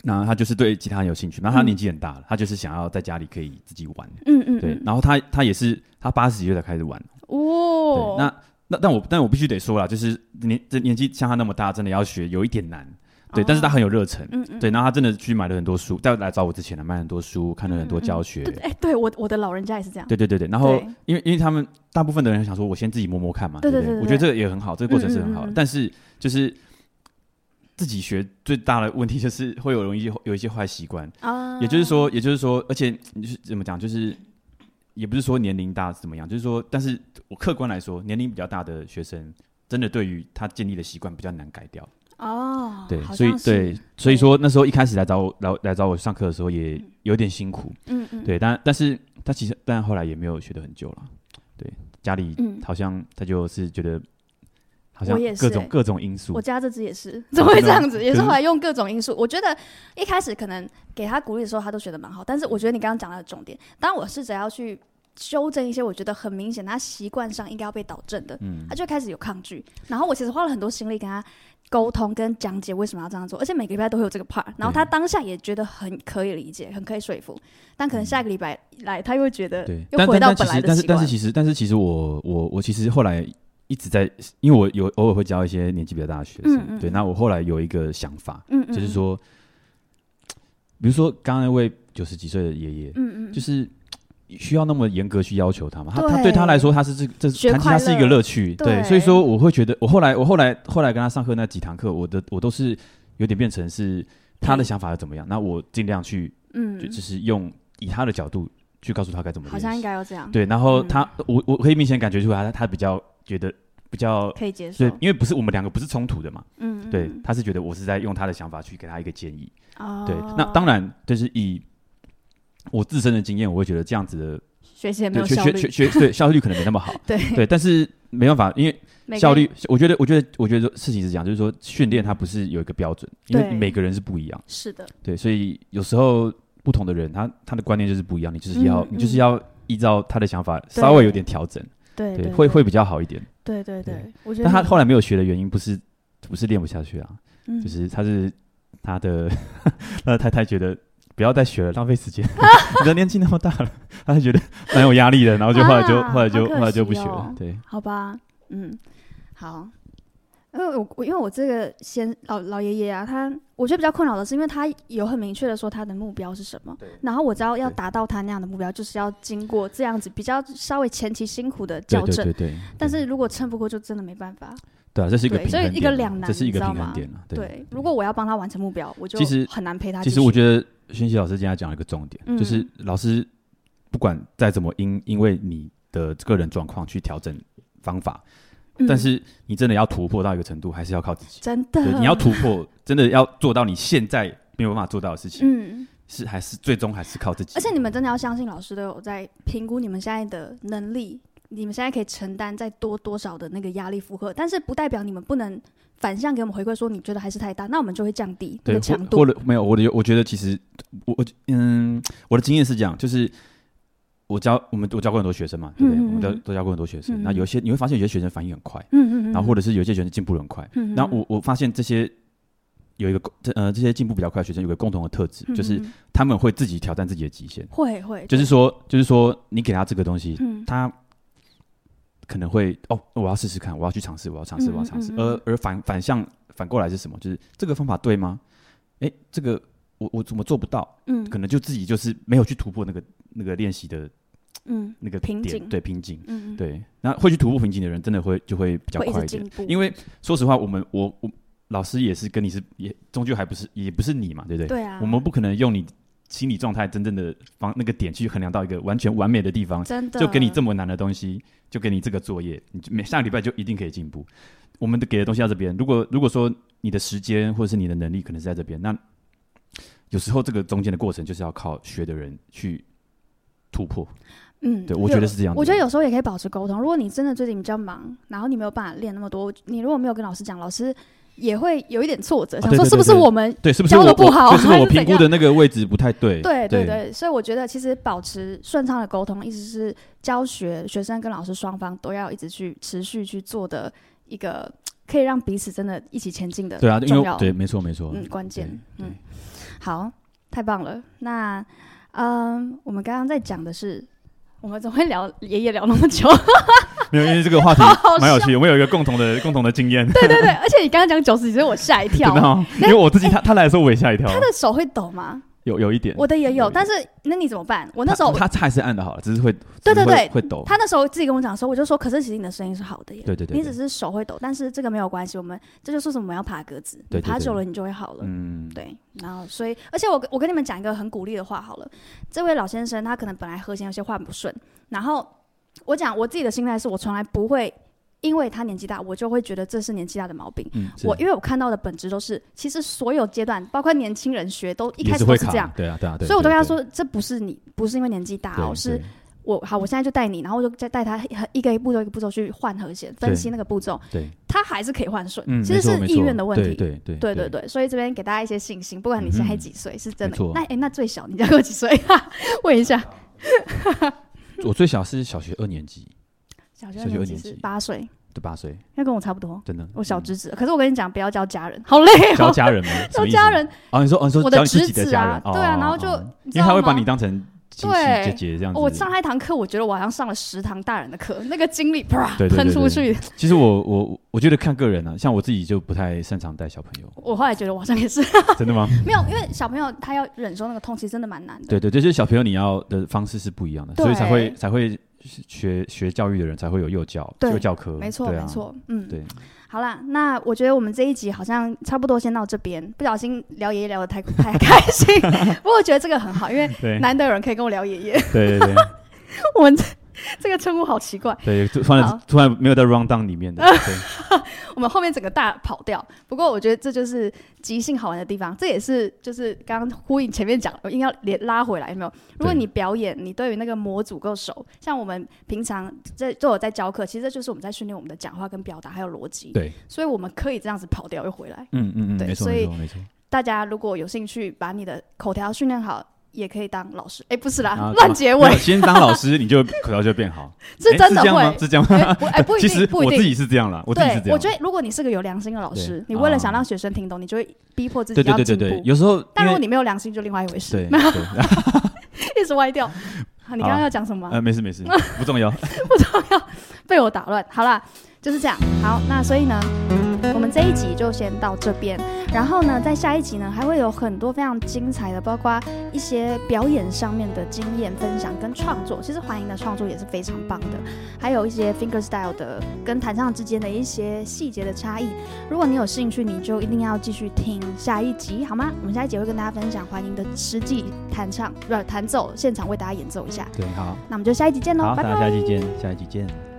[SPEAKER 2] 那他就是对吉他很有兴趣，那他
[SPEAKER 1] 嗯
[SPEAKER 2] 年纪很大了，他就是想要在家里可以自己玩，
[SPEAKER 1] 嗯嗯，
[SPEAKER 2] 对
[SPEAKER 1] 嗯，
[SPEAKER 2] 然后他他也是他八十几岁才开始玩，
[SPEAKER 1] 哦
[SPEAKER 2] 对，，那那但我但我必须得说啦，就是年这年纪像他那么大，真的要学有一点难，对，
[SPEAKER 1] 哦
[SPEAKER 2] 但是他很有热忱，
[SPEAKER 1] 嗯嗯，
[SPEAKER 2] 对，然后他真的去买了很多书，在来找我之前呢，买了很多书，看了很多教学，
[SPEAKER 1] 对，哎、对我我的老人家也是这样，
[SPEAKER 2] 对对对对，然
[SPEAKER 1] 对
[SPEAKER 2] 后因为因为他们大部分的人想说，我先自己摸摸看嘛，
[SPEAKER 1] 对
[SPEAKER 2] 对
[SPEAKER 1] 对
[SPEAKER 2] 不
[SPEAKER 1] 对对
[SPEAKER 2] 我觉得这个也很好，这个过程是很好
[SPEAKER 1] 嗯
[SPEAKER 2] 的
[SPEAKER 1] 嗯嗯，嗯
[SPEAKER 2] 但是就是。自己学最大的问题就是会有容易有一些坏习惯，
[SPEAKER 1] 啊，
[SPEAKER 2] 也就是，说，也就是说，而且你是怎么讲，就是也不是说年龄大怎么样，就是说，但是我客观来说，年龄比较大的学生，真的对于他建立的习惯比较难改掉。
[SPEAKER 1] 哦，
[SPEAKER 2] 对，
[SPEAKER 1] 好
[SPEAKER 2] 所以
[SPEAKER 1] 像是，
[SPEAKER 2] 对，所以说那时候一开始来找我来来找我上课的时候，也有点辛苦。
[SPEAKER 1] 嗯嗯，
[SPEAKER 2] 对，但但是他其实但后来也没有学得很久了。对，家里
[SPEAKER 1] 嗯
[SPEAKER 2] 好像他就是觉得。好像
[SPEAKER 1] 我也是
[SPEAKER 2] 各种
[SPEAKER 1] 欸
[SPEAKER 2] 各种因素
[SPEAKER 1] 我，家这只也是，怎么会
[SPEAKER 2] 哦真
[SPEAKER 1] 这
[SPEAKER 2] 的吗
[SPEAKER 1] 样子？也
[SPEAKER 2] 可
[SPEAKER 1] 是
[SPEAKER 2] 是
[SPEAKER 1] 后来用各种因素。我觉得一开始可能给他鼓励的时候，他都学的蛮好，但是我觉得你刚刚讲到的重点，当我试着要去修正一些我觉得很明显他习惯上应该要被导正的，
[SPEAKER 2] 嗯
[SPEAKER 1] 他就开始有抗拒。然后我其实花了很多心力跟他沟通跟讲解为什么要这样做，而且每个礼拜都会有这个 part。然后他当下也觉得很可以理解，很可以说服，但可能下个礼拜来他又会觉得
[SPEAKER 2] 嗯对，
[SPEAKER 1] 又
[SPEAKER 2] 但
[SPEAKER 1] 回
[SPEAKER 2] 但
[SPEAKER 1] 到本
[SPEAKER 2] 但其
[SPEAKER 1] 来
[SPEAKER 2] 实，
[SPEAKER 1] 的
[SPEAKER 2] 但是
[SPEAKER 1] 习
[SPEAKER 2] 但是
[SPEAKER 1] 惯。
[SPEAKER 2] 其实，但是其实我我我其实后来一直在，因为我有偶尔会教一些年纪比较大的学生，
[SPEAKER 1] 嗯嗯
[SPEAKER 2] 对，
[SPEAKER 1] 嗯
[SPEAKER 2] 那我后来有一个想法，
[SPEAKER 1] 嗯嗯，
[SPEAKER 2] 就是说，比如说刚刚那位九十几岁的爷爷，
[SPEAKER 1] 嗯，嗯嗯，
[SPEAKER 2] 就是需要那么严格去要求他嘛？他
[SPEAKER 1] 对
[SPEAKER 2] 他对他来说，他是这这
[SPEAKER 1] 学
[SPEAKER 2] 弹吉
[SPEAKER 1] 快乐
[SPEAKER 2] 他是一个乐趣，
[SPEAKER 1] 对
[SPEAKER 2] 对，所以说我会觉得，我后来我后来后来跟他上课那几堂课，我的我都是有点变成是他的想法是怎么样，那我尽量去就
[SPEAKER 1] 嗯，
[SPEAKER 2] 就是用以他的角度去告诉他该怎么
[SPEAKER 1] 好像应
[SPEAKER 2] 练习。
[SPEAKER 1] 该要这样，，
[SPEAKER 2] 对，然后
[SPEAKER 1] 嗯
[SPEAKER 2] 他我我可以明显感觉出来，他他比较觉得比较
[SPEAKER 1] 可以接受
[SPEAKER 2] 对，，因为不是我们两个不是冲突的嘛，
[SPEAKER 1] 嗯，嗯
[SPEAKER 2] 对，
[SPEAKER 1] 嗯
[SPEAKER 2] 他是觉得我是在用他的想法去给他一个建议。
[SPEAKER 1] 哦，
[SPEAKER 2] 对，那当然就是以我自身的经验，我会觉得这样子
[SPEAKER 1] 学习也
[SPEAKER 2] 的
[SPEAKER 1] 没有
[SPEAKER 2] 对学
[SPEAKER 1] 效
[SPEAKER 2] 学学
[SPEAKER 1] 率，
[SPEAKER 2] 学对效率可能没那么好
[SPEAKER 1] ，对
[SPEAKER 2] 对，但是没办法，因为
[SPEAKER 1] 每个
[SPEAKER 2] 效率，我觉得我觉得我觉得事情是这样，就是说训练它不是有一个标准，因为
[SPEAKER 1] 对
[SPEAKER 2] 每个人是不一样，
[SPEAKER 1] 是的，
[SPEAKER 2] 对，所以有时候不同的人他他的观念就是不一样，你就是要
[SPEAKER 1] 嗯
[SPEAKER 2] 你就是
[SPEAKER 1] 嗯
[SPEAKER 2] 要依照他的想法稍微有点调整，
[SPEAKER 1] 对
[SPEAKER 2] 对，会会，比较好一点。
[SPEAKER 1] 对对对
[SPEAKER 2] 对，
[SPEAKER 1] 我觉得嗯
[SPEAKER 2] 但他后
[SPEAKER 1] 来
[SPEAKER 2] 来没有学的原因不是不是练不下去啊，就是他是他的 他的太太觉得不要再学了，浪费 时间，你的年纪那么大了，他就觉得蛮有压力的，然后就后来就、
[SPEAKER 1] 啊
[SPEAKER 2] 后来就、
[SPEAKER 1] 好可惜哦
[SPEAKER 2] 后来就不学了，对，
[SPEAKER 1] 好吧，嗯，好。因为我我因为我这个先老老爷爷啊，他我觉得比较困扰的是，因为他有很明确的说他的目标是什么，然后我知道要
[SPEAKER 2] 对
[SPEAKER 1] 达到他那样的目标，就是要经过这样子比较稍微前期辛苦的
[SPEAKER 2] 对
[SPEAKER 1] 校
[SPEAKER 2] 对
[SPEAKER 1] 正
[SPEAKER 2] 对，对，
[SPEAKER 1] 但是如果撑不过，就真的没办法。
[SPEAKER 2] 对啊，这是一个
[SPEAKER 1] 对
[SPEAKER 2] 平
[SPEAKER 1] 所以
[SPEAKER 2] 衡点啊，
[SPEAKER 1] 一个两难
[SPEAKER 2] 这是一
[SPEAKER 1] 你知
[SPEAKER 2] 个
[SPEAKER 1] 道
[SPEAKER 2] 平衡
[SPEAKER 1] 吗
[SPEAKER 2] 点啊，对。
[SPEAKER 1] 对，如果我要帮他完成目标，我就
[SPEAKER 2] 其实
[SPEAKER 1] 很难陪他继
[SPEAKER 2] 其
[SPEAKER 1] 续。
[SPEAKER 2] 实我觉得宣熙老师今天讲了一个重点，
[SPEAKER 1] 嗯
[SPEAKER 2] 就是老师不管再怎么因因为你的个人状况去调整方法，
[SPEAKER 1] 嗯
[SPEAKER 2] 但是你真的要突破到一个程度，还是要靠自己。
[SPEAKER 1] 真的
[SPEAKER 2] 对，你要突破，真的要做到你现在没有办法做到的事情，
[SPEAKER 1] 嗯，
[SPEAKER 2] 是还是最终还是靠自己。
[SPEAKER 1] 而且你们真的要相信老师都有在评估你们现在的能力，你们现在可以承担再多多少的那个压力负荷，但是不代表你们不能反向给我们回馈说你觉得还是太大，那我们就会降低那
[SPEAKER 2] 对
[SPEAKER 1] 个强
[SPEAKER 2] 或
[SPEAKER 1] 度。
[SPEAKER 2] 或者没有我的，我觉得其实我我嗯，我的经验是这样，就是我教我们我教过很多学生嘛，对不对？
[SPEAKER 1] 嗯嗯
[SPEAKER 2] 我们都
[SPEAKER 1] 嗯
[SPEAKER 2] 都教过很多学生，
[SPEAKER 1] 嗯
[SPEAKER 2] 那有些你会发现有些学生反应很快，
[SPEAKER 1] 嗯嗯嗯，
[SPEAKER 2] 然后或者是有些学生进步得很快。
[SPEAKER 1] 嗯，嗯
[SPEAKER 2] 那我我发现这些有一个共这呃这些进步比较快的学生有个共同的特质，
[SPEAKER 1] 嗯
[SPEAKER 2] 就是
[SPEAKER 1] 嗯嗯
[SPEAKER 2] 他们会自己挑战自己的极限，
[SPEAKER 1] 会会
[SPEAKER 2] 就是说就是说你给他这个东西，
[SPEAKER 1] 嗯
[SPEAKER 2] 他可能会哦，我要试试看，我要去尝试，我要尝试，
[SPEAKER 1] 嗯
[SPEAKER 2] 我要尝试。
[SPEAKER 1] 嗯嗯
[SPEAKER 2] 而而反反向反过来是什么？就是这个方法对吗？诶，这个我我怎么做不到？
[SPEAKER 1] 嗯
[SPEAKER 2] 可能就自己就是没有去突破那个那个练习的
[SPEAKER 1] 嗯
[SPEAKER 2] 那个
[SPEAKER 1] 瓶
[SPEAKER 2] 点
[SPEAKER 1] 颈
[SPEAKER 2] 对瓶颈。
[SPEAKER 1] 嗯嗯
[SPEAKER 2] 对，那会去突破瓶颈的人，真的会就会比较
[SPEAKER 1] 会一
[SPEAKER 2] 快
[SPEAKER 1] 直
[SPEAKER 2] 一点
[SPEAKER 1] 进。步，
[SPEAKER 2] 因为说实话，我们我我老师也是跟你是也终究还不是也不是你嘛，对不对？
[SPEAKER 1] 对啊，
[SPEAKER 2] 我们不可能用你心理状态真正的方那个点去衡量到一个完全完美的地方，
[SPEAKER 1] 真的
[SPEAKER 2] 就给你这么难的东西，就给你这个作业，你就每下个礼拜就一定可以进步。我们给的东西到这边，如果如果说你的时间或者是你的能力可能是在这边，那有时候这个中间的过程就是要靠学的人去突破。
[SPEAKER 1] 嗯，
[SPEAKER 2] 对我觉得
[SPEAKER 1] 有
[SPEAKER 2] 是这样子
[SPEAKER 1] 我觉得有时候也可以保持沟通。如果你真的最近比较忙，然后你没有办法练那么多，你如果没有跟老师讲，老师也会有一点挫折，
[SPEAKER 2] 啊
[SPEAKER 1] 想
[SPEAKER 2] 对
[SPEAKER 1] 说
[SPEAKER 2] 对
[SPEAKER 1] 是不是
[SPEAKER 2] 对对
[SPEAKER 1] 我们
[SPEAKER 2] 对，是不是
[SPEAKER 1] 教
[SPEAKER 2] 我
[SPEAKER 1] 得不
[SPEAKER 2] 我
[SPEAKER 1] 好
[SPEAKER 2] 对是不是
[SPEAKER 1] 还
[SPEAKER 2] 我
[SPEAKER 1] 是怎
[SPEAKER 2] 评估的那个位置不太对？
[SPEAKER 1] 对对
[SPEAKER 2] 对
[SPEAKER 1] 对，所以我觉得其实保持顺畅的沟通，一直是教学学生跟老师双方都要一直去持续去做的一个可以让彼此真的一起前进的
[SPEAKER 2] 对啊，因
[SPEAKER 1] 重
[SPEAKER 2] 为
[SPEAKER 1] 要
[SPEAKER 2] 对，没错没错，
[SPEAKER 1] 嗯关键
[SPEAKER 2] 对
[SPEAKER 1] 嗯好，太棒了。那嗯，我们刚刚在讲的是，我们怎么会聊爷爷聊那么久？
[SPEAKER 2] 没有因为这个话题
[SPEAKER 1] 好
[SPEAKER 2] 蛮有趣的，我们有一个共同的共同的经验，
[SPEAKER 1] 对对对，而且你刚刚讲九十几岁，我吓一跳
[SPEAKER 2] 真的。哦，因为我自己他他来的时候我也吓一跳，
[SPEAKER 1] 他的手会抖吗？
[SPEAKER 2] 有有一点，
[SPEAKER 1] 我的也有，
[SPEAKER 2] 一点
[SPEAKER 1] 但是那你怎么办？我那时候
[SPEAKER 2] 他他还是按的好了，只是会
[SPEAKER 1] 对对
[SPEAKER 2] 只是会
[SPEAKER 1] 对
[SPEAKER 2] 会抖。
[SPEAKER 1] 他那时候自己跟我讲说，我就说，可是其实你的声音是好的耶，
[SPEAKER 2] 对对对对
[SPEAKER 1] 你只是手会抖，但是这个没有关系，我们这就是为什么我们要爬格子，
[SPEAKER 2] 对对
[SPEAKER 1] 你爬久了你就会好了。
[SPEAKER 2] 嗯，
[SPEAKER 1] 对，然后所以，而且我跟我跟你们讲一个很鼓励的话好了，这位老先生他可能本来和弦有些话不顺，然后我讲我自己的心态是我从来不会因为他年纪大，我就会觉得这是年纪大的毛病。
[SPEAKER 2] 嗯，是
[SPEAKER 1] 我因为我看到的本质都是，其实所有阶段，包括年轻人学，都一
[SPEAKER 2] 也
[SPEAKER 1] 开始
[SPEAKER 2] 会
[SPEAKER 1] 都是
[SPEAKER 2] 卡
[SPEAKER 1] 这样。
[SPEAKER 2] 对啊对啊对。
[SPEAKER 1] 所以我都
[SPEAKER 2] 对
[SPEAKER 1] 跟他，说，这不是你，不是因为年纪大
[SPEAKER 2] 对
[SPEAKER 1] 哦，是
[SPEAKER 2] 对
[SPEAKER 1] 我好，我现在就带你，然后我就再带他一个一步骤一个步骤去换和弦，分析那个步骤，
[SPEAKER 2] 对，
[SPEAKER 1] 他还是可以换顺，
[SPEAKER 2] 嗯，
[SPEAKER 1] 其实
[SPEAKER 2] 没错
[SPEAKER 1] 是意愿的问
[SPEAKER 2] 没
[SPEAKER 1] 题。
[SPEAKER 2] 错对对嗯
[SPEAKER 1] 对对对，所以这边给大家一些信心，不管你现在几岁，是真的
[SPEAKER 2] 没错。
[SPEAKER 1] 那哎，那最小你家过几岁？ 哈哈问一下，
[SPEAKER 2] 我最小是小学二年级，
[SPEAKER 1] 小学
[SPEAKER 2] 小学
[SPEAKER 1] 年
[SPEAKER 2] 二
[SPEAKER 1] 纪
[SPEAKER 2] 年
[SPEAKER 1] 是
[SPEAKER 2] 级
[SPEAKER 1] 八岁，
[SPEAKER 2] 对八岁，
[SPEAKER 1] 要跟我差不多。
[SPEAKER 2] 真的。
[SPEAKER 1] 我小
[SPEAKER 2] 嗯
[SPEAKER 1] 侄子，可是我跟你讲，不要教家人，好累
[SPEAKER 2] 教
[SPEAKER 1] 哦。
[SPEAKER 2] 家人吗？什
[SPEAKER 1] 教
[SPEAKER 2] 么意思
[SPEAKER 1] 家人，
[SPEAKER 2] 哦，你说哦，你说
[SPEAKER 1] 我的
[SPEAKER 2] 教你自
[SPEAKER 1] 侄
[SPEAKER 2] 己的
[SPEAKER 1] 子
[SPEAKER 2] 家
[SPEAKER 1] 啊
[SPEAKER 2] 人，，哦
[SPEAKER 1] 对啊，
[SPEAKER 2] 哦
[SPEAKER 1] 然后就
[SPEAKER 2] 哦
[SPEAKER 1] 你知
[SPEAKER 2] 因为他
[SPEAKER 1] 道
[SPEAKER 2] 会把
[SPEAKER 1] 吗
[SPEAKER 2] 你当成亲戚
[SPEAKER 1] 对
[SPEAKER 2] 姐姐这样子。
[SPEAKER 1] 我上那一堂课，我觉得我好像上了十堂大人的课，那个精力啪
[SPEAKER 2] 对对对
[SPEAKER 1] 喷出去。
[SPEAKER 2] 其实我我我觉得看个人啊，像我自己就不太擅长带小朋 友，
[SPEAKER 1] 我后来觉得我好像也是
[SPEAKER 2] 真的吗？
[SPEAKER 1] 没有，因为小朋友他要忍受那个痛，其实真的蛮难的。
[SPEAKER 2] 对对，这些小朋友你要的方式是不一样的，
[SPEAKER 1] 对
[SPEAKER 2] 所以才会才会学学教育的人才会有幼教
[SPEAKER 1] 对
[SPEAKER 2] 幼教科，
[SPEAKER 1] 没错，
[SPEAKER 2] 对啊
[SPEAKER 1] 没，错，嗯，
[SPEAKER 2] 对。
[SPEAKER 1] 好啦，那我觉得我们这一集好像差不多先到这边，不小心聊爷爷聊得太太开 心，不过我觉得这个很好，因为
[SPEAKER 2] 对
[SPEAKER 1] 难得有人可以跟我聊爷爷，
[SPEAKER 2] 对对对
[SPEAKER 1] 我们这这个称呼好奇怪，
[SPEAKER 2] 对，突突然
[SPEAKER 1] 好
[SPEAKER 2] 突然没有在 round down 里面的，对
[SPEAKER 1] 我们后面整个大跑掉。不过我觉得这就是即兴好玩的地方，这也是就是刚刚呼应前面讲，我硬要连拉回来，有没有？如果
[SPEAKER 2] 对
[SPEAKER 1] 你表演，你对于那个模组够熟，像我们平常这都有在教课，其实这就是我们在训练我们的讲话跟表达还有逻辑，
[SPEAKER 2] 对，
[SPEAKER 1] 所以我们可以这样子跑掉又回来。
[SPEAKER 2] 嗯嗯嗯，
[SPEAKER 1] 对
[SPEAKER 2] 没错
[SPEAKER 1] 所以
[SPEAKER 2] 没错没错。
[SPEAKER 1] 大家如果有兴趣，把你的口条训练好，也可以当老师。哎，不是
[SPEAKER 2] 然
[SPEAKER 1] 啦
[SPEAKER 2] 后，
[SPEAKER 1] 乱结
[SPEAKER 2] 没有
[SPEAKER 1] 尾
[SPEAKER 2] 先当老师，你就口条就变好，
[SPEAKER 1] 是
[SPEAKER 2] 诶
[SPEAKER 1] 真的
[SPEAKER 2] 这样吗
[SPEAKER 1] 会？。
[SPEAKER 2] 是这样吗？
[SPEAKER 1] 哎不，哎，不一
[SPEAKER 2] 其实
[SPEAKER 1] 定，不一
[SPEAKER 2] 我自
[SPEAKER 1] 定。
[SPEAKER 2] 己是这样啦，我自己是这
[SPEAKER 1] 对，
[SPEAKER 2] 样。
[SPEAKER 1] 我觉得如果你是个有良心的老师
[SPEAKER 2] 对，
[SPEAKER 1] 你为了
[SPEAKER 2] 啊
[SPEAKER 1] 想让学生听懂，你就会逼迫自己
[SPEAKER 2] 对对
[SPEAKER 1] 要
[SPEAKER 2] 对对
[SPEAKER 1] 进
[SPEAKER 2] 对，
[SPEAKER 1] 步。
[SPEAKER 2] 有时候
[SPEAKER 1] 但如果
[SPEAKER 2] 因为
[SPEAKER 1] 你没有良心，就另外一回事，
[SPEAKER 2] 对对，
[SPEAKER 1] 一直歪掉。好你刚刚要讲什么啊？
[SPEAKER 2] 呃，没事没事，不 重要。
[SPEAKER 1] 被我打乱。好啦，就是这样。好，那所以呢，我们这一集就先到这边。然后呢，在下一集呢，还会有很多非常精彩的，包括一些表演上面的经验分享跟创作。其实环莹的创作也是非常棒的，还有一些 finger style 的跟弹唱之间的一些细节的差异。如果你有兴趣，你就一定要继续听下一集，好吗？我们下一集会跟大家分享环莹的实际弹唱，不是弹奏，现场为大家演奏一下。
[SPEAKER 2] 对，好，
[SPEAKER 1] 那我们就下一集见喽，
[SPEAKER 2] 好，
[SPEAKER 1] 拜
[SPEAKER 2] 大
[SPEAKER 1] 拜。
[SPEAKER 2] 家下一期见，下一期见。